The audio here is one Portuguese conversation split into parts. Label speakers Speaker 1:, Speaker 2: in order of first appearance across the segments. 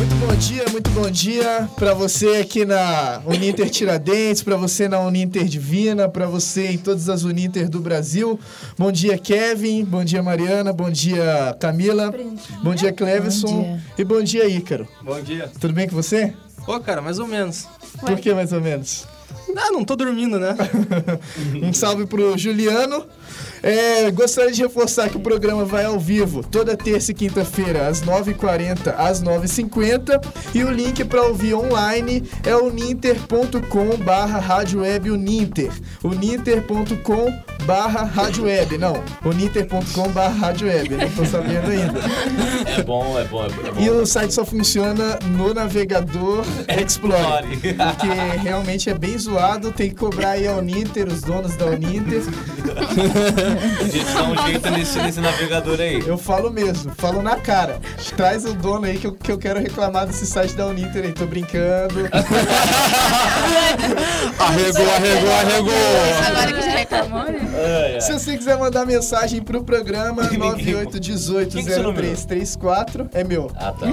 Speaker 1: galera, muito bom dia para você aqui na Uninter Tiradentes, para você na Uninter Divina, para você em todas as Uninter do Brasil. Bom dia, Kevin, bom dia, Mariana, bom dia, Camila, bom dia, Cleveson
Speaker 2: dia.
Speaker 1: e bom dia, Ícaro.
Speaker 3: Bom dia.
Speaker 1: Tudo bem com você?
Speaker 3: Ô, cara, mais ou menos.
Speaker 1: Por que mais ou menos?
Speaker 3: Ah, não tô dormindo, né?
Speaker 1: um salve pro Juliano. É, gostaria de reforçar que o programa vai ao vivo toda terça e quinta-feira, às 9h40 às 9h50. E o link para ouvir online é uninter.com barra rádio web uninter. uninter.com barra rádio web. Não, uninter.com barra rádio web. Não tô sabendo ainda.
Speaker 4: É bom, é bom, é bom.
Speaker 1: E o site só funciona no navegador Explorer.
Speaker 4: Explore.
Speaker 1: Porque realmente é bem zoado, tem que cobrar aí a Uninter, os donos da Uninter.
Speaker 4: A gente dá um jeito nesse, nesse navegador aí.
Speaker 1: Eu falo mesmo, falo na cara. Traz o dono aí que eu, que eu quero reclamar desse site da Uninter aí, tô brincando.
Speaker 5: Arregou, arregou, arregou.
Speaker 2: Agora que já reclamou, né?
Speaker 4: Ai,
Speaker 1: Se
Speaker 4: ai.
Speaker 1: você quiser mandar mensagem pro programa,
Speaker 4: Quem que é seu número?
Speaker 1: 98180334 é meu.
Speaker 4: Ah, tá.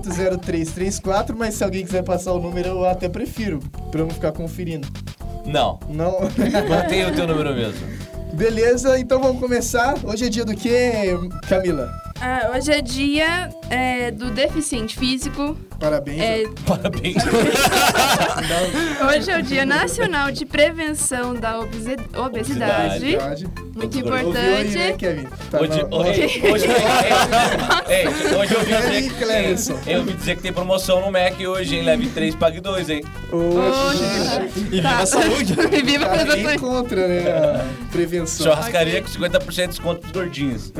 Speaker 1: 98180334, mas se alguém quiser passar o número, eu até prefiro, pra eu não ficar conferindo.
Speaker 4: Não,
Speaker 1: Não.
Speaker 4: mantenha o teu número mesmo.
Speaker 1: Beleza, então vamos começar. Hoje é dia do quê, Camila?
Speaker 6: Ah, hoje é dia é, do deficiente físico.
Speaker 1: Parabéns.
Speaker 6: É,
Speaker 4: Parabéns.
Speaker 6: hoje é o Dia Nacional de Prevenção da Obese- Obesidade.
Speaker 4: Obesidade.
Speaker 1: Verdade.
Speaker 6: Muito
Speaker 1: Ouviu aí, né,
Speaker 6: importante.
Speaker 1: Kevin? Tá
Speaker 4: Hoje,
Speaker 1: na-
Speaker 4: hoje, hoje, ei, ei, hoje eu ouvi
Speaker 1: Pera aí,
Speaker 4: dizer que
Speaker 1: Cleverson.
Speaker 4: tem, eu ouvi dizer que tem promoção no Mac hoje, hein? Leve 3, pague 2, hein?
Speaker 6: Hoje. E
Speaker 5: Tá.
Speaker 6: viva a saúde. e viva a
Speaker 1: Tá bem
Speaker 6: prevenção.
Speaker 1: contra, né, a prevenção.
Speaker 4: Churrascaria com 50% de desconto dos gordinhos.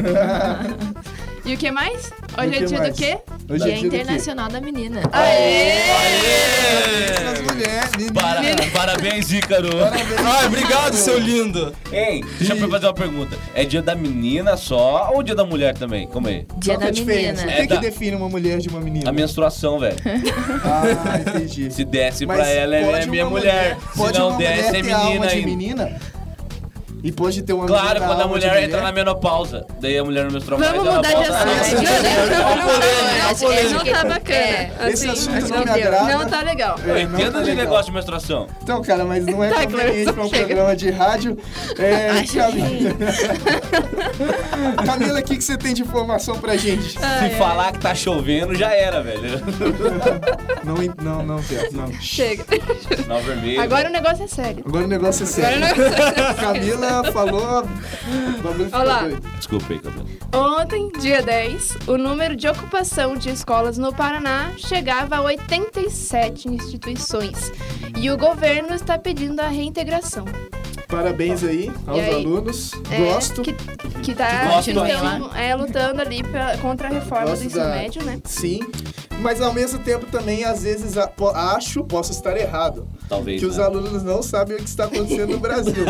Speaker 6: E o que mais?
Speaker 1: E o
Speaker 6: Hoje é
Speaker 1: que
Speaker 6: dia
Speaker 1: mais?
Speaker 6: do quê?
Speaker 1: Hoje é
Speaker 2: Dia
Speaker 1: dia do quê?
Speaker 2: Internacional da Menina.
Speaker 1: Das
Speaker 4: Aê!
Speaker 1: mulheres, meninas.
Speaker 4: Para- parabéns, Ícaro.
Speaker 3: Ah,
Speaker 5: Ai, Ah, obrigado, seu lindo.
Speaker 4: Ei, deixa eu fazer uma pergunta. É dia da menina só ou dia da mulher também? Como é?
Speaker 2: Dia
Speaker 1: Qual que é
Speaker 2: da
Speaker 1: a diferença?
Speaker 2: Menina.
Speaker 1: O que,
Speaker 4: É
Speaker 1: que
Speaker 4: da-
Speaker 1: define uma mulher de uma menina?
Speaker 4: A menstruação, velho.
Speaker 1: Ah, entendi.
Speaker 4: Se desse
Speaker 1: Mas
Speaker 4: pra ela, ela é
Speaker 1: pode
Speaker 4: minha
Speaker 1: uma
Speaker 4: mulher.
Speaker 1: Pode
Speaker 4: Se não
Speaker 1: uma
Speaker 4: desse,
Speaker 1: mulher
Speaker 4: é
Speaker 1: ter alma
Speaker 4: menina
Speaker 1: de
Speaker 4: ainda.
Speaker 1: menina? E pode ter uma
Speaker 4: Claro,
Speaker 1: menina
Speaker 4: quando a
Speaker 1: alma de
Speaker 4: mulher, entra na menopausa, daí a mulher não menstrua mais,
Speaker 6: Vamos
Speaker 4: ela
Speaker 6: mudar de
Speaker 4: volta.
Speaker 6: assunto.
Speaker 1: Não,
Speaker 6: Não, não,
Speaker 2: polêmica,
Speaker 6: não, não, Não tá
Speaker 2: polêmica.
Speaker 6: bacana.
Speaker 1: Esse
Speaker 6: Assim,
Speaker 1: assunto
Speaker 6: acho
Speaker 1: não
Speaker 6: que
Speaker 1: me
Speaker 6: deu.
Speaker 1: agrada.
Speaker 6: Não tá legal.
Speaker 1: É,
Speaker 4: Eu
Speaker 1: não
Speaker 4: entendo
Speaker 1: tá
Speaker 4: de
Speaker 1: legal.
Speaker 4: negócio de menstruação.
Speaker 1: Então, cara, mas não é
Speaker 6: Tá,
Speaker 1: conveniente
Speaker 6: Cleverson,
Speaker 1: pra um
Speaker 6: chega.
Speaker 1: programa de rádio. É,
Speaker 2: Ai,
Speaker 1: Camila, Camila, o que, que você tem de informação pra gente?
Speaker 6: Ah, é.
Speaker 4: Se falar que tá chovendo, já era, velho.
Speaker 1: Não, en- não, não, Pedro, não.
Speaker 6: Chega.
Speaker 4: Sinal vermelho.
Speaker 6: Agora o negócio é sério.
Speaker 1: Agora o negócio é sério.
Speaker 6: Agora o
Speaker 1: Camila falou. O bagulho ficou
Speaker 6: Olá.
Speaker 1: doido.
Speaker 4: Desculpa aí, cabelo.
Speaker 6: Ontem, dia 10, o número de ocupação de escolas no Paraná chegava a 87 instituições. E o governo está pedindo a reintegração.
Speaker 1: Parabéns aí aos
Speaker 6: E aí?
Speaker 1: alunos.
Speaker 6: É,
Speaker 1: Gosto.
Speaker 6: Que, que tá
Speaker 4: Gosto
Speaker 6: então,
Speaker 2: ainda.
Speaker 6: é, lutando ali pela- contra a reforma
Speaker 1: Gosto
Speaker 6: do ensino
Speaker 1: da-
Speaker 6: médio, né?
Speaker 1: Sim. Mas ao mesmo tempo também, às vezes, a- po- acho, posso estar errado,
Speaker 4: Talvez.
Speaker 1: que os
Speaker 4: né?
Speaker 1: alunos não sabem o que está acontecendo no Brasil.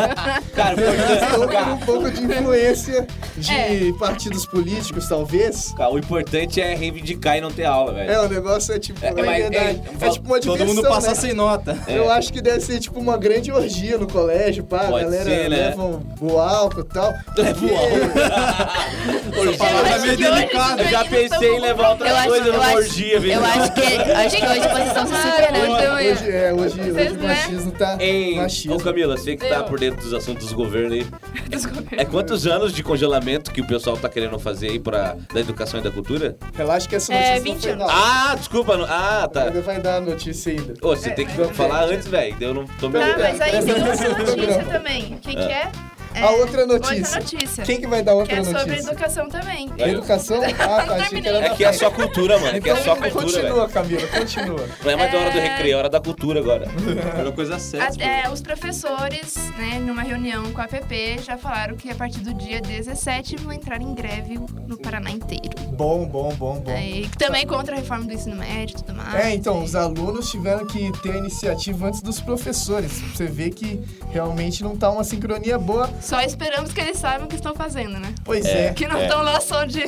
Speaker 4: Cara,
Speaker 1: Eles estão
Speaker 4: importante,
Speaker 1: com um
Speaker 4: cara,
Speaker 1: pouco de influência de
Speaker 6: É.
Speaker 1: partidos políticos, talvez.
Speaker 4: cara, o importante é reivindicar e não ter aula, velho.
Speaker 1: É, o negócio é tipo, é,
Speaker 4: É, mas é-
Speaker 1: verdade. É,
Speaker 4: é
Speaker 1: tipo uma diversão,
Speaker 5: Todo mundo passar
Speaker 1: né?
Speaker 4: assim.
Speaker 5: sem nota.
Speaker 1: Eu acho que deve ser tipo uma grande orgia no colégio, pá.
Speaker 4: Pode
Speaker 1: a galera
Speaker 4: ser, né?
Speaker 1: leva o álcool e tal. é
Speaker 4: Leva o
Speaker 2: acho
Speaker 4: álcool.
Speaker 2: que
Speaker 6: hoje tá
Speaker 4: Eu já
Speaker 6: os meninos
Speaker 4: pensei em
Speaker 6: tão
Speaker 4: levar outra
Speaker 2: Eu acho-
Speaker 4: coisa
Speaker 2: eu
Speaker 4: numa
Speaker 2: acho-
Speaker 4: orgia, velho.
Speaker 2: Eu acho que, acho que hoje vocês estão se superando.
Speaker 6: Então, é.
Speaker 1: Hoje, é, hoje, hoje
Speaker 6: Vocês,
Speaker 1: o
Speaker 6: né?
Speaker 1: machismo tá
Speaker 4: Ei,
Speaker 1: machismo.
Speaker 4: ô Camila, sei que tá
Speaker 6: Eu.
Speaker 4: por dentro dos assuntos do governo aí.
Speaker 6: Desculpa. Tá,
Speaker 4: É quantos anos de congelamento que o pessoal tá querendo fazer aí pra, da educação e da cultura?
Speaker 1: Relaxa que essa
Speaker 6: É,
Speaker 1: notícia
Speaker 6: 20
Speaker 1: não foi
Speaker 6: anos.
Speaker 1: não.
Speaker 4: Ah, desculpa. não- Ah, tá.
Speaker 1: Ainda vai dar a notícia ainda.
Speaker 4: Ô, você tem que falar antes, velho. Eu não tô me
Speaker 6: Tá, mas aí tem outra
Speaker 1: Não,
Speaker 6: notícia
Speaker 1: não.
Speaker 6: também. O que, que é? é?
Speaker 1: A outra notícia.
Speaker 6: Outra
Speaker 4: Tá.
Speaker 6: notícia.
Speaker 1: Quem que vai dar
Speaker 6: que
Speaker 1: outra
Speaker 6: é sobre
Speaker 1: notícia?
Speaker 6: educação também.
Speaker 1: A educação? Ah, tá. Achei que era
Speaker 4: É
Speaker 1: da
Speaker 4: que é só cultura, mano. É que é só
Speaker 1: frente.
Speaker 4: cultura, velho.
Speaker 1: Então, Continua, Camila, continua.
Speaker 4: Não é mais a hora do recreio, é a hora da cultura agora.
Speaker 5: Era É uma coisa séria.
Speaker 6: A- é, os professores, né, numa reunião com a PP, já falaram que a partir do dia 17 vão entrar em greve no Paraná inteiro.
Speaker 1: Bom, bom, bom, bom.
Speaker 6: Aí, também contra a reforma do ensino médio e tudo mais.
Speaker 1: É, então, os alunos tiveram que ter a iniciativa antes dos professores. Você vê que realmente não tá uma sincronia boa.
Speaker 6: Só esperamos que eles saibam o que estão fazendo, né?
Speaker 1: Pois é.
Speaker 4: É.
Speaker 6: Que não
Speaker 4: É.
Speaker 6: estão lá só de.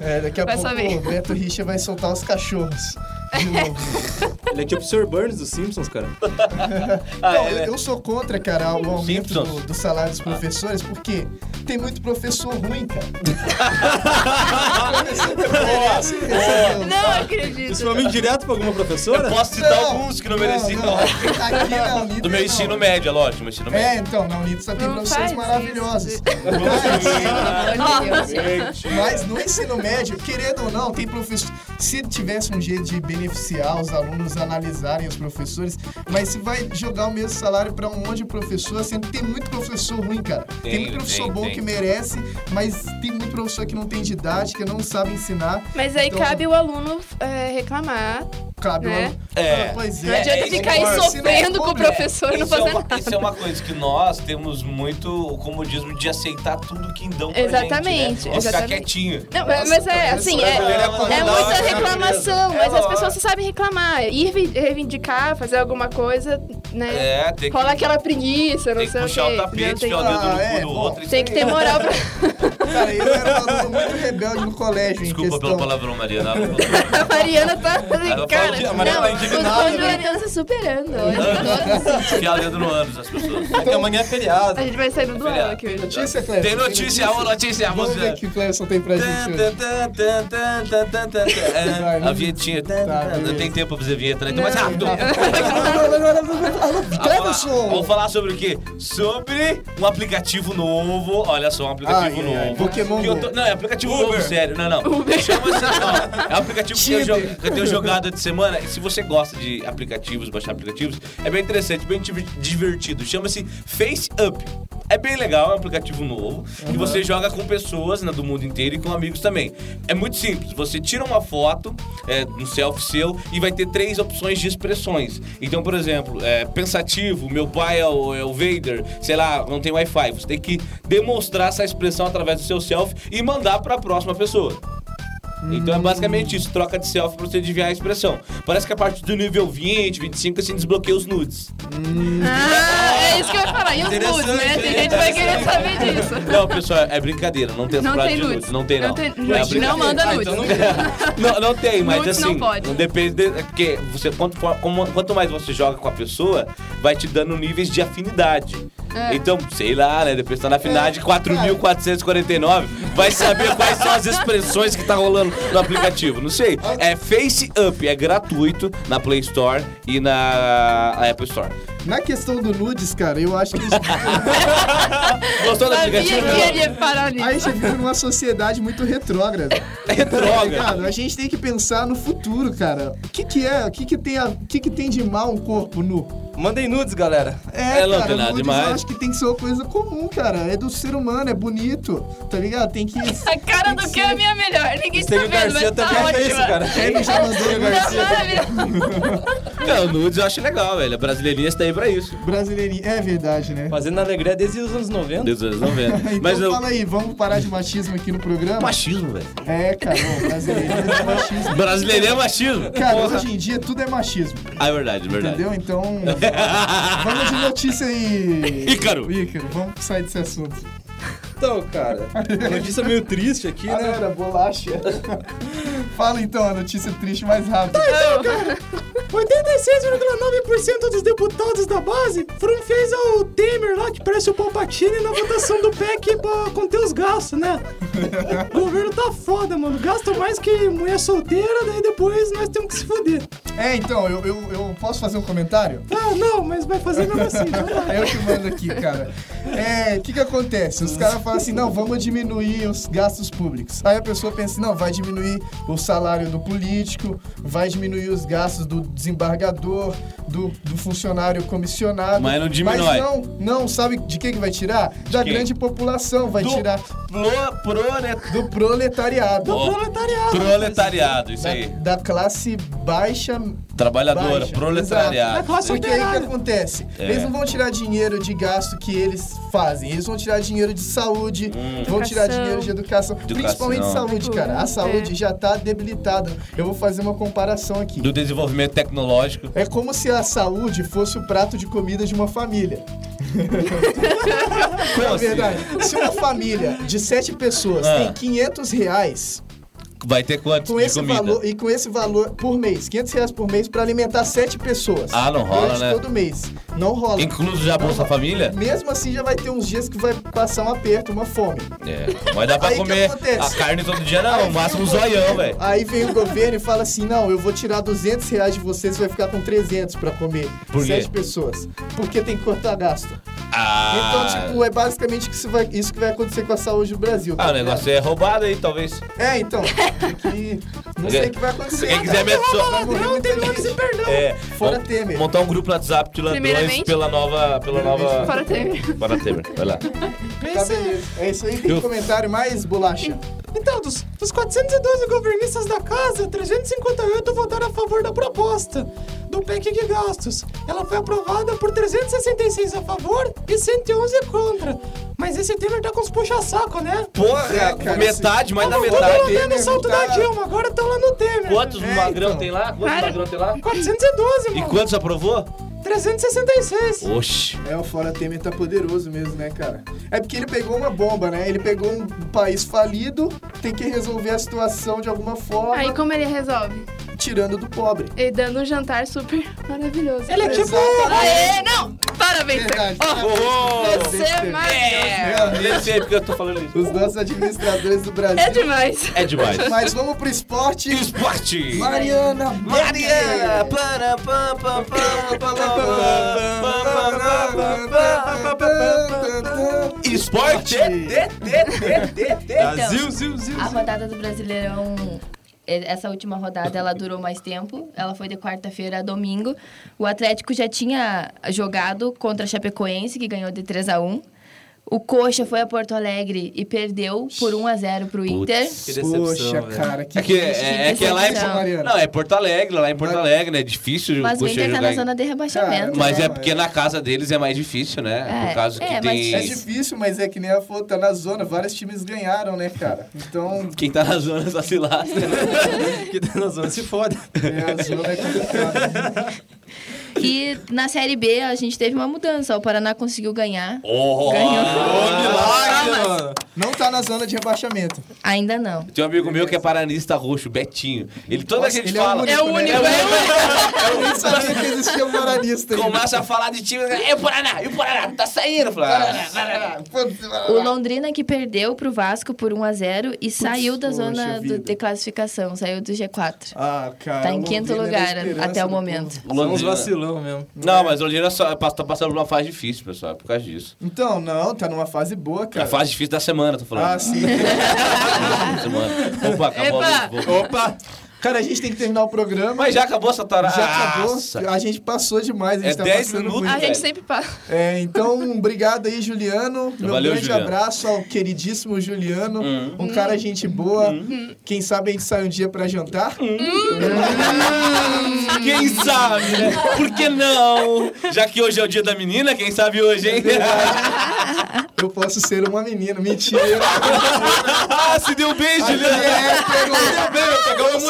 Speaker 1: É, daqui a
Speaker 6: Vai
Speaker 1: pouco
Speaker 6: saber.
Speaker 1: o Beto Richa vai soltar os cachorros. de novo.
Speaker 5: Ele é tipo o Sr. Burns dos Simpsons, cara.
Speaker 4: Ah,
Speaker 1: Não,
Speaker 4: é,
Speaker 1: Então, eu, eu sou contra, cara, o aumento do,
Speaker 4: Simpsons.
Speaker 1: do salário dos professores, porque tem muito professor ruim, cara. Professor que merece
Speaker 5: assim,
Speaker 1: receber um-
Speaker 6: Não acredito.
Speaker 5: Isso foi um homem direto pra alguma
Speaker 4: eu
Speaker 5: professora?
Speaker 3: Então-
Speaker 4: posso citar
Speaker 1: Não,
Speaker 4: alguns que não mereciam.
Speaker 1: não. Aqui na Unida,
Speaker 4: Do meu
Speaker 1: não.
Speaker 4: ensino médio, é lógico, meu ensino médio.
Speaker 1: É, então, na Unida só tem
Speaker 6: Não
Speaker 1: professores
Speaker 6: faz
Speaker 1: maravilhosos.
Speaker 6: isso.
Speaker 4: é
Speaker 2: Pelo amor de Deus, gente.
Speaker 1: Mas no ensino médio, querendo ou não, tem professor. Se tivesse um jeito de beneficiar os alunos, analisarem os professores, mas se vai jogar o mesmo salário pra um monte de professor, assim, tem muito professor ruim, cara. Tem,
Speaker 4: Tem,
Speaker 1: muito professor
Speaker 4: tem,
Speaker 1: bom
Speaker 4: tem.
Speaker 1: que merece, mas tem muito professor que não tem didática, não sabe ensinar.
Speaker 6: Mas aí
Speaker 1: Então,
Speaker 6: cabe o aluno é, reclamar.
Speaker 1: Cabe
Speaker 6: né?
Speaker 1: uma-
Speaker 4: É.
Speaker 1: Ah, Pois é.
Speaker 6: Não adianta
Speaker 4: é,
Speaker 6: ficar
Speaker 4: isso
Speaker 6: aí
Speaker 4: é um
Speaker 6: sofrendo com o
Speaker 1: problema.
Speaker 6: professor e não
Speaker 4: Isso é,
Speaker 6: fazer
Speaker 4: uma,
Speaker 6: nada.
Speaker 4: isso é uma coisa que nós temos muito o comodismo de aceitar tudo que dão pra
Speaker 6: Exatamente,
Speaker 4: gente, né? E ficar
Speaker 6: exatamente.
Speaker 4: quietinho.
Speaker 6: Não, mas- mas é assim, é,
Speaker 5: brasileiro é
Speaker 6: é
Speaker 5: acomodado,
Speaker 6: muita
Speaker 5: né?
Speaker 6: reclamação, mas
Speaker 4: É
Speaker 6: as pessoas só sabem reclamar. Ir vi- reivindicar, fazer alguma coisa, né?
Speaker 4: É, tem que,
Speaker 6: Rola aquela preguiça, não
Speaker 4: tem que
Speaker 6: sei o quê.
Speaker 4: puxar o
Speaker 6: entendeu?
Speaker 4: tapete,
Speaker 6: Tem-
Speaker 4: enfiar o dedo no
Speaker 1: Ah,
Speaker 4: cu
Speaker 1: é,
Speaker 4: do
Speaker 1: bom.
Speaker 4: outro. e-
Speaker 6: Tem que ter moral pra.
Speaker 1: Cara, eu era um aluno muito rebelde no colégio, em
Speaker 4: Desculpa
Speaker 1: questão.
Speaker 4: pelo palavrão, Mariana.
Speaker 6: A Mariana tá.
Speaker 4: Ela
Speaker 6: Cara,
Speaker 4: fala- a
Speaker 6: não,
Speaker 4: Mariana tá
Speaker 6: os
Speaker 4: indignada, Uhum.
Speaker 6: os marianos se tá superando hoje.
Speaker 4: Enfiar o dedo no ânus das pessoas.
Speaker 5: É que amanhã é feriado.
Speaker 6: A gente vai sair do duelo
Speaker 4: Filha,
Speaker 6: aqui hoje.
Speaker 1: Notícia, Cleber.
Speaker 4: Tem notícia, uma notícia, a
Speaker 1: Vamos ver o
Speaker 4: música.
Speaker 1: que o Cleberson tem pra gente hoje.
Speaker 4: É, A
Speaker 1: Vai,
Speaker 4: vinhetinha.
Speaker 1: Tá, beleza.
Speaker 4: Não tem tempo pra fazer vinheta, né? Então mais
Speaker 6: Não.
Speaker 4: rápido. Vamos
Speaker 1: Cleberson!
Speaker 4: vamos falar sobre o quê? Sobre um aplicativo novo. Olha só, um aplicativo
Speaker 1: Ai, ai, ai.
Speaker 4: novo.
Speaker 1: Pokémon
Speaker 4: Que eu
Speaker 1: Go.
Speaker 4: tô- Não, é aplicativo novo,
Speaker 5: Uber.
Speaker 4: sério. Não, não. Chama essa não. É um aplicativo que eu,
Speaker 1: Tinder.
Speaker 4: jo- que eu tenho jogado de semana. E se você gosta de aplicativos, baixar aplicativos, é bem interessante, bem div- divertido. Chama-se Face Up. É bem legal, é um aplicativo novo que você joga com pessoas né, do mundo inteiro e com amigos também. É muito simples, você tira uma foto, é, um selfie seu, e vai ter três opções de expressões. Então, por exemplo, é, pensativo, meu pai é o, é o Vader, sei lá, não tem Wi-Fi. Você tem que demonstrar essa expressão através do seu selfie e mandar para a próxima pessoa. Então é basicamente isso, troca de selfie pra você desviar a expressão. Parece que a partir do nível 20, 25, assim, desbloqueia os nudes.
Speaker 6: Ah, é isso que eu ia falar. E os nudes, né? Tem gente que vai querer saber disso.
Speaker 4: Não, pessoal, é brincadeira, não tem essa
Speaker 6: Não
Speaker 4: parada
Speaker 6: tem
Speaker 4: de nudes.
Speaker 6: nudes.
Speaker 4: Não tem, não.
Speaker 6: Não tem-
Speaker 4: É
Speaker 6: nudes,
Speaker 4: brincadeira.
Speaker 6: não manda
Speaker 5: Ah,
Speaker 6: nudes.
Speaker 5: então não-
Speaker 4: Não, não tem, mas
Speaker 6: Nudes
Speaker 4: assim.
Speaker 6: não pode.
Speaker 4: Depende. de- é porque você, quanto, for- como- quanto mais você joga com a pessoa, vai te dando níveis de afinidade.
Speaker 6: É.
Speaker 4: Então, sei lá, né? Depois tá na afinidade, 4.449, vai saber quais são as expressões que tá rolando no aplicativo. Não sei. É Face Up, é gratuito na Play Store e na Apple Store.
Speaker 1: Na questão do nudes, cara, eu acho que a gente,
Speaker 4: Gostou do
Speaker 6: Sabia
Speaker 4: aplicativo?
Speaker 6: que ele ia parar
Speaker 1: a
Speaker 6: nisso.
Speaker 1: gente vive numa sociedade muito retrógrada.
Speaker 4: É droga.
Speaker 1: Cara, a gente tem que pensar no futuro, cara. O que que é? O que que tem, a- o que que tem de mal um corpo nu?
Speaker 5: Mandem nudes, galera.
Speaker 1: É,
Speaker 4: É, não
Speaker 1: cara,
Speaker 4: tem nada
Speaker 1: nudes
Speaker 4: demais.
Speaker 1: eu acho que tem que ser uma coisa comum, cara. É do ser humano, é bonito, tá ligado? Tem que...
Speaker 6: A cara
Speaker 1: Tem
Speaker 6: do
Speaker 1: que
Speaker 6: que é a
Speaker 1: ser-
Speaker 6: minha melhor. Ninguém tá
Speaker 5: Estênio
Speaker 6: vendo,
Speaker 5: Garcia
Speaker 6: mas tá
Speaker 5: também
Speaker 6: ótima.
Speaker 5: é isso, cara.
Speaker 1: Ele já mandou assim, no
Speaker 6: Tá maravilhoso.
Speaker 4: Não, nudes eu acho legal, velho. A brasileirinha está aí pra isso.
Speaker 1: brasileirinho. É verdade, né?
Speaker 5: Fazendo alegria desde os anos 90.
Speaker 4: Deus, eles não vendo.
Speaker 1: Então
Speaker 4: Mas eu.
Speaker 1: fala aí, vamos parar de machismo aqui no programa?
Speaker 4: Machismo, velho.
Speaker 1: É, cara, bom, brasileirinho é machismo.
Speaker 4: Brasileirinha é machismo.
Speaker 1: Cara,
Speaker 4: Porra.
Speaker 1: hoje em dia tudo é machismo,
Speaker 4: Ah, é verdade, é verdade.
Speaker 1: entendeu? Então, vamos de notícia e...
Speaker 4: Ícaro.
Speaker 1: Ícaro, vamos sair desse assunto.
Speaker 5: Então, cara, notícia é meio triste aqui,
Speaker 3: Ah,
Speaker 5: né?
Speaker 1: Galera, bolacha. Fala então a notícia triste mais rápido.
Speaker 5: 86,9% dos deputados da base foram fez ao Temer lá, que parece o Palpatine, na votação do PEC pra conter os gastos, né? O governo tá foda, mano. Gastam mais que mulher solteira, daí depois nós temos que se foder.
Speaker 1: É, então, eu, eu, eu posso fazer um comentário?
Speaker 5: Ah, não, mas vai fazer mesmo assim. Então vai.
Speaker 1: Eu que mando aqui, cara. É, o que que acontece? Os caras falam assim, não, vamos diminuir os gastos públicos. Aí a pessoa pensa assim, não, vai diminuir o salário do político, vai diminuir os gastos do desembargador, do, do funcionário comissionado.
Speaker 4: Mas não diminui.
Speaker 1: Mas não, não, sabe de quem que vai tirar? Da
Speaker 4: quem?
Speaker 1: grande população, vai
Speaker 4: Do-
Speaker 1: tirar
Speaker 4: Pro, pro, né?
Speaker 1: do proletariado.
Speaker 4: Ó,
Speaker 5: Proletariado.
Speaker 4: Proletariado, isso aí.
Speaker 1: Da, da classe baixa
Speaker 4: Trabalhadora,
Speaker 1: Baixa, é
Speaker 4: proletariado.
Speaker 5: exato. Da classe-
Speaker 1: Porque aí o que
Speaker 5: Operário.
Speaker 1: acontece?
Speaker 4: É.
Speaker 1: Eles não vão tirar dinheiro de gasto que eles fazem. Eles vão tirar dinheiro de saúde,
Speaker 4: Hum.
Speaker 1: vão tirar
Speaker 6: Educação.
Speaker 1: dinheiro de educação,
Speaker 4: Educação.
Speaker 1: Principalmente saúde, cara. A saúde já tá debilitada. Eu vou fazer uma comparação aqui.
Speaker 4: Do desenvolvimento tecnológico.
Speaker 1: É como se a saúde fosse o prato de comida de uma família.
Speaker 4: Como
Speaker 1: É verdade. Se uma família de sete pessoas
Speaker 4: assim?
Speaker 1: tem
Speaker 4: Ah.
Speaker 1: 500 reais,
Speaker 4: assim, Vai ter quanto
Speaker 1: Com
Speaker 4: de
Speaker 1: esse
Speaker 4: comida?
Speaker 1: valor, e com esse valor por mês, 500 reais por mês pra alimentar sete pessoas.
Speaker 4: Ah, não rola,
Speaker 1: Durante
Speaker 4: né?
Speaker 1: todo mês. Não rola.
Speaker 4: Incluso já a Bolsa Família?
Speaker 1: Mesmo assim, já vai ter uns dias que vai passar um aperto, uma fome.
Speaker 4: É. Mas dá pra
Speaker 1: Aí que
Speaker 4: comer
Speaker 1: acontece?
Speaker 4: a carne todo dia, não. O máximo um
Speaker 1: vem o
Speaker 4: zoião,
Speaker 1: governo-
Speaker 4: velho.
Speaker 1: Aí vem o governo e fala assim: não, eu vou tirar 200 reais de vocês, vai ficar com 300 pra comer
Speaker 4: Por quê?
Speaker 1: sete pessoas. Porque tem que cortar gasto.
Speaker 4: Ah,
Speaker 1: Então, tipo, é basicamente que isso, vai, isso que vai acontecer com a saúde do Brasil. tá
Speaker 4: ah, o
Speaker 1: ligado?
Speaker 4: negócio é roubado aí, talvez.
Speaker 1: É, então. que- Não sei o que vai acontecer.
Speaker 4: Quem quiser me
Speaker 1: Vai morrer
Speaker 4: adicionar.
Speaker 1: muita gente.
Speaker 4: É,
Speaker 1: Fora
Speaker 4: vamos
Speaker 1: Temer.
Speaker 4: montar um grupo no WhatsApp de ladrões
Speaker 6: Primeiramente-
Speaker 4: pela nova. Pela nova...
Speaker 6: Fora Temer.
Speaker 4: Fora Temer, vai lá.
Speaker 1: Tá beleza. É isso aí, tem
Speaker 4: Eu-
Speaker 1: comentário mais bolacha.
Speaker 5: Então, dos, dos 412 governistas da casa, 358 votaram a favor da proposta do PEC de gastos. Ela foi aprovada por 366 a favor e 111 contra. Mas esse Temer tá com os puxa-saco, né?
Speaker 4: Porra,
Speaker 1: É, cara, assim,
Speaker 4: metade, mais da
Speaker 5: Tão lá
Speaker 4: metade.
Speaker 5: dando o salto da
Speaker 1: cara.
Speaker 5: Dilma, agora estão lá no Temer.
Speaker 4: Quantos
Speaker 1: É,
Speaker 4: magrão
Speaker 1: então.
Speaker 4: tem lá? Quantos
Speaker 6: Cara.
Speaker 4: magrão tem lá?
Speaker 5: 412,
Speaker 4: E
Speaker 5: mano.
Speaker 4: quantos aprovou?
Speaker 5: 366.
Speaker 4: Oxi.
Speaker 1: É, o Fora Temer tá poderoso mesmo, né, cara? É porque ele pegou uma bomba, né? Ele pegou um país falido, tem que resolver a situação de alguma forma,
Speaker 6: Aí como ele resolve?
Speaker 1: tirando do pobre.
Speaker 6: Ele dando um jantar super maravilhoso.
Speaker 5: Ele é tipo...
Speaker 6: Aê, não! Parabéns,
Speaker 1: Verdade.
Speaker 6: Ó,
Speaker 4: Oh,
Speaker 6: Você é maravilhoso.
Speaker 4: eu sei porque eu tô falando isso.
Speaker 1: Os nossos administradores do Brasil.
Speaker 6: É demais.
Speaker 4: É demais.
Speaker 1: Mas vamos pro esporte.
Speaker 4: Esporte!
Speaker 1: Mariana
Speaker 4: Maria!
Speaker 1: Mariana!
Speaker 4: Para, pam, pam, pam, pam, pam, pam, pam, pam, pam, pam, pam, pam. Esporte!
Speaker 2: Então,
Speaker 3: ziu, ziu.
Speaker 2: a rodada do Brasileirão, e- essa última rodada, ela durou mais tempo. Ela foi de quarta-feira a domingo. O Atlético já tinha jogado contra a Chapecoense, que ganhou de 3 a 1 O Coxa foi a Porto Alegre e perdeu por 1 a 0 pro Inter.
Speaker 4: Que
Speaker 1: Poxa,
Speaker 4: velho.
Speaker 1: cara, que
Speaker 4: É que, é, é que lá é,
Speaker 2: decepção.
Speaker 4: Por- não, é Porto Alegre, lá em Porto Alegre, né? É difícil
Speaker 2: Mas o
Speaker 4: você
Speaker 2: Inter tá
Speaker 4: jogar
Speaker 2: na
Speaker 4: em-
Speaker 2: zona de rebaixamento.
Speaker 1: Caramba.
Speaker 4: Mas
Speaker 2: né?
Speaker 4: é porque na casa deles é mais difícil, né?
Speaker 2: É,
Speaker 4: Por causa que
Speaker 2: é,
Speaker 4: tem...
Speaker 1: É
Speaker 2: mas-
Speaker 1: difícil, mas é que nem a foto, tá na zona. Vários times ganharam, né, cara? Então,
Speaker 4: Quem tá na zona só se lasca, né?
Speaker 3: Que tá na zona se foda.
Speaker 1: é, a zona é complicada.
Speaker 4: é-
Speaker 2: E na Série B a gente teve uma mudança. O Paraná conseguiu ganhar.
Speaker 4: Oh,
Speaker 2: Ganhou.
Speaker 3: milagre, mano.
Speaker 1: Não tá na zona de rebaixamento.
Speaker 2: Ainda não.
Speaker 4: Tem um amigo meu que é paranista roxo, Betinho. Ele toda
Speaker 1: Nossa,
Speaker 4: vez
Speaker 1: ele
Speaker 4: que a gente
Speaker 1: é o
Speaker 4: fala.
Speaker 1: único, É o né? único,
Speaker 4: É o
Speaker 1: é
Speaker 4: único.
Speaker 1: Eu nem sabia que existia um moralista aí.
Speaker 4: Começa a falar de time. É o Paraná, e o Paraná, tá saindo. Eu falo, "Ah,
Speaker 2: O Londrina que perdeu pro Vasco por 1 a 0 e saiu da
Speaker 1: poxa
Speaker 2: zona do-
Speaker 1: vida.
Speaker 2: de classificação, saiu do G4.
Speaker 1: Ah, cara.
Speaker 2: tá em
Speaker 1: Londrina
Speaker 2: quinto
Speaker 1: era a
Speaker 2: lugar
Speaker 1: esperança
Speaker 2: até o
Speaker 1: do povo.
Speaker 2: momento.
Speaker 4: O
Speaker 3: São uns
Speaker 4: Londrina-
Speaker 3: vacilão mesmo.
Speaker 4: Não, mas o Londrina só, tá passando por uma fase difícil, pessoal, é por causa disso.
Speaker 1: Então, não, tá numa fase boa,
Speaker 4: É a
Speaker 1: cara.
Speaker 4: fase difícil da semana, tô falando.
Speaker 1: Ah, sim.
Speaker 4: Da semana. Opa, acabou a
Speaker 6: Epa!
Speaker 4: luz, vou-
Speaker 1: Opa! Cara, a gente tem que terminar o programa.
Speaker 4: Mas já acabou essa tarada.
Speaker 1: Já acabou.
Speaker 4: Nossa.
Speaker 1: A gente passou demais. A gente
Speaker 4: É
Speaker 1: tá
Speaker 4: 10
Speaker 1: passando
Speaker 4: minutos.
Speaker 1: muito.
Speaker 6: A gente
Speaker 4: velho.
Speaker 6: sempre passa.
Speaker 1: É, então, obrigado aí, Juliano. Meu
Speaker 4: Valeu,
Speaker 1: grande
Speaker 4: Juliano. Hum.
Speaker 1: abraço ao queridíssimo Juliano. Um
Speaker 2: Hum.
Speaker 1: cara gente boa. Quem sabe a gente sai um dia pra jantar.
Speaker 4: Hum. Quem sabe, né? Por que não? Já que hoje é o dia da menina, quem sabe hoje,
Speaker 1: É
Speaker 4: hein?
Speaker 1: Eu posso ser uma menina. Mentira.
Speaker 4: ah, se deu bem,
Speaker 1: Aqui
Speaker 4: Juliano.
Speaker 1: é hétero.
Speaker 4: Pegou tá uma
Speaker 1: Isso é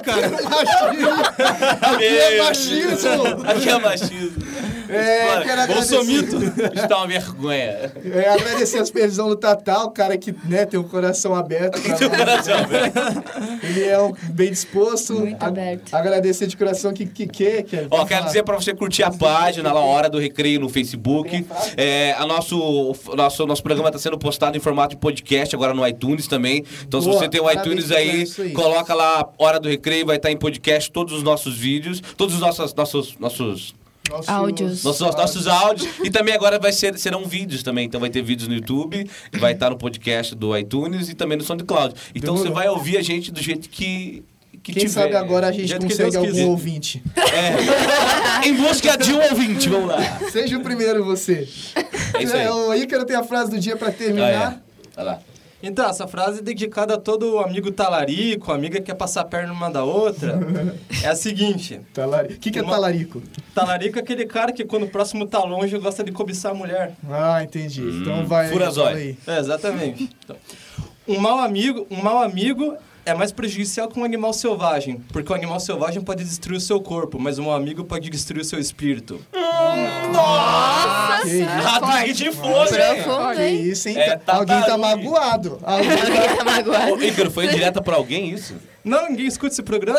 Speaker 4: cara.
Speaker 1: hétero, machismo. Aqui é
Speaker 4: Meu
Speaker 1: machismo.
Speaker 4: Aqui é machismo.
Speaker 1: É, quero agradecer.
Speaker 4: Isso tá uma vergonha.
Speaker 1: É, agradecer a supervisão do Tatá, o cara que né, tem o coração aberto. pra nós. Ele é um bem disposto.
Speaker 2: Muito aberto.
Speaker 1: Agradecer de coração que que que que
Speaker 4: Ó, quero dizer pra você curtir a página lá, Hora do Recreio no Facebook. É, a nosso, nosso, nosso programa tá sendo postado em formato de podcast, agora no iTunes também. Então, se
Speaker 1: Boa,
Speaker 4: você tem o
Speaker 1: parabéns
Speaker 4: iTunes
Speaker 1: pra
Speaker 4: aí,
Speaker 1: isso aí.
Speaker 4: coloca lá Hora do Recreio, vai estar em podcast todos os nossos vídeos, todos os nossos. nossos, nossos
Speaker 1: Nossos-
Speaker 2: Áudios.
Speaker 4: nossos, nossos áudios e também agora vai ser, serão vídeos também. Então vai ter vídeos no YouTube, vai estar no podcast do iTunes e também no SoundCloud. Então
Speaker 1: Demorou.
Speaker 4: você vai ouvir a gente do jeito que. que
Speaker 1: Quem
Speaker 4: tiver.
Speaker 1: sabe agora a
Speaker 4: é, Do
Speaker 1: gente
Speaker 4: jeito que
Speaker 1: consegue
Speaker 4: Deus
Speaker 1: algum
Speaker 4: quiser.
Speaker 1: ouvinte.
Speaker 4: É. em busca de um ouvinte, vamos lá.
Speaker 1: Seja o primeiro você.
Speaker 4: É isso aí.
Speaker 1: É, o Ícaro tem a frase do dia pra terminar.
Speaker 4: Ah, é. Vai lá.
Speaker 3: Então, essa frase é dedicada a todo amigo talarico, amiga que quer passar a perna uma da outra. É a seguinte:
Speaker 1: Talari- O que, que é
Speaker 3: Uma-
Speaker 1: talarico?
Speaker 3: talarico é aquele cara que quando o próximo tá longe gosta de cobiçar a mulher.
Speaker 1: Ah, entendi. Então vai.
Speaker 4: Hum, fura
Speaker 1: fala
Speaker 4: zóio.
Speaker 1: aí.
Speaker 3: É, exatamente. Então, um mau amigo, um mau amigo é mais prejudicial que um animal selvagem, porque o animal selvagem pode destruir o seu corpo, mas um amigo pode destruir o seu espírito.
Speaker 1: Que Olha aí.
Speaker 4: Ataque de fogo, hein?
Speaker 2: Profundo,
Speaker 1: Olha
Speaker 2: hein?
Speaker 1: isso, hein?
Speaker 4: É,
Speaker 1: Tá- Alguém tá
Speaker 4: tartaruga.
Speaker 1: magoado. Alguém
Speaker 2: Alguém tá magoado.
Speaker 4: Ô, Ícaro, foi direta pra alguém isso?
Speaker 5: Não, ninguém escuta esse programa.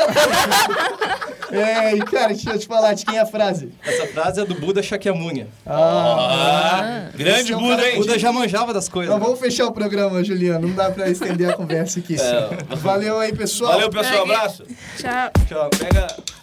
Speaker 1: É, e cara, deixa eu te falar de quem é a frase.
Speaker 5: Essa frase é do Buda Shakyamuni.
Speaker 4: Ah, grande
Speaker 1: Esse é um
Speaker 4: Buda,
Speaker 1: cara-
Speaker 4: hein?
Speaker 5: O Buda já manjava das coisas.
Speaker 1: Então
Speaker 3: Tá
Speaker 1: vamos fechar o programa, Juliano. Não dá pra estender a conversa aqui.
Speaker 4: É.
Speaker 1: Valeu aí, pessoal.
Speaker 4: Valeu, pessoal.
Speaker 6: Pegue.
Speaker 4: Abraço.
Speaker 6: Tchau.
Speaker 4: Tchau. Pega.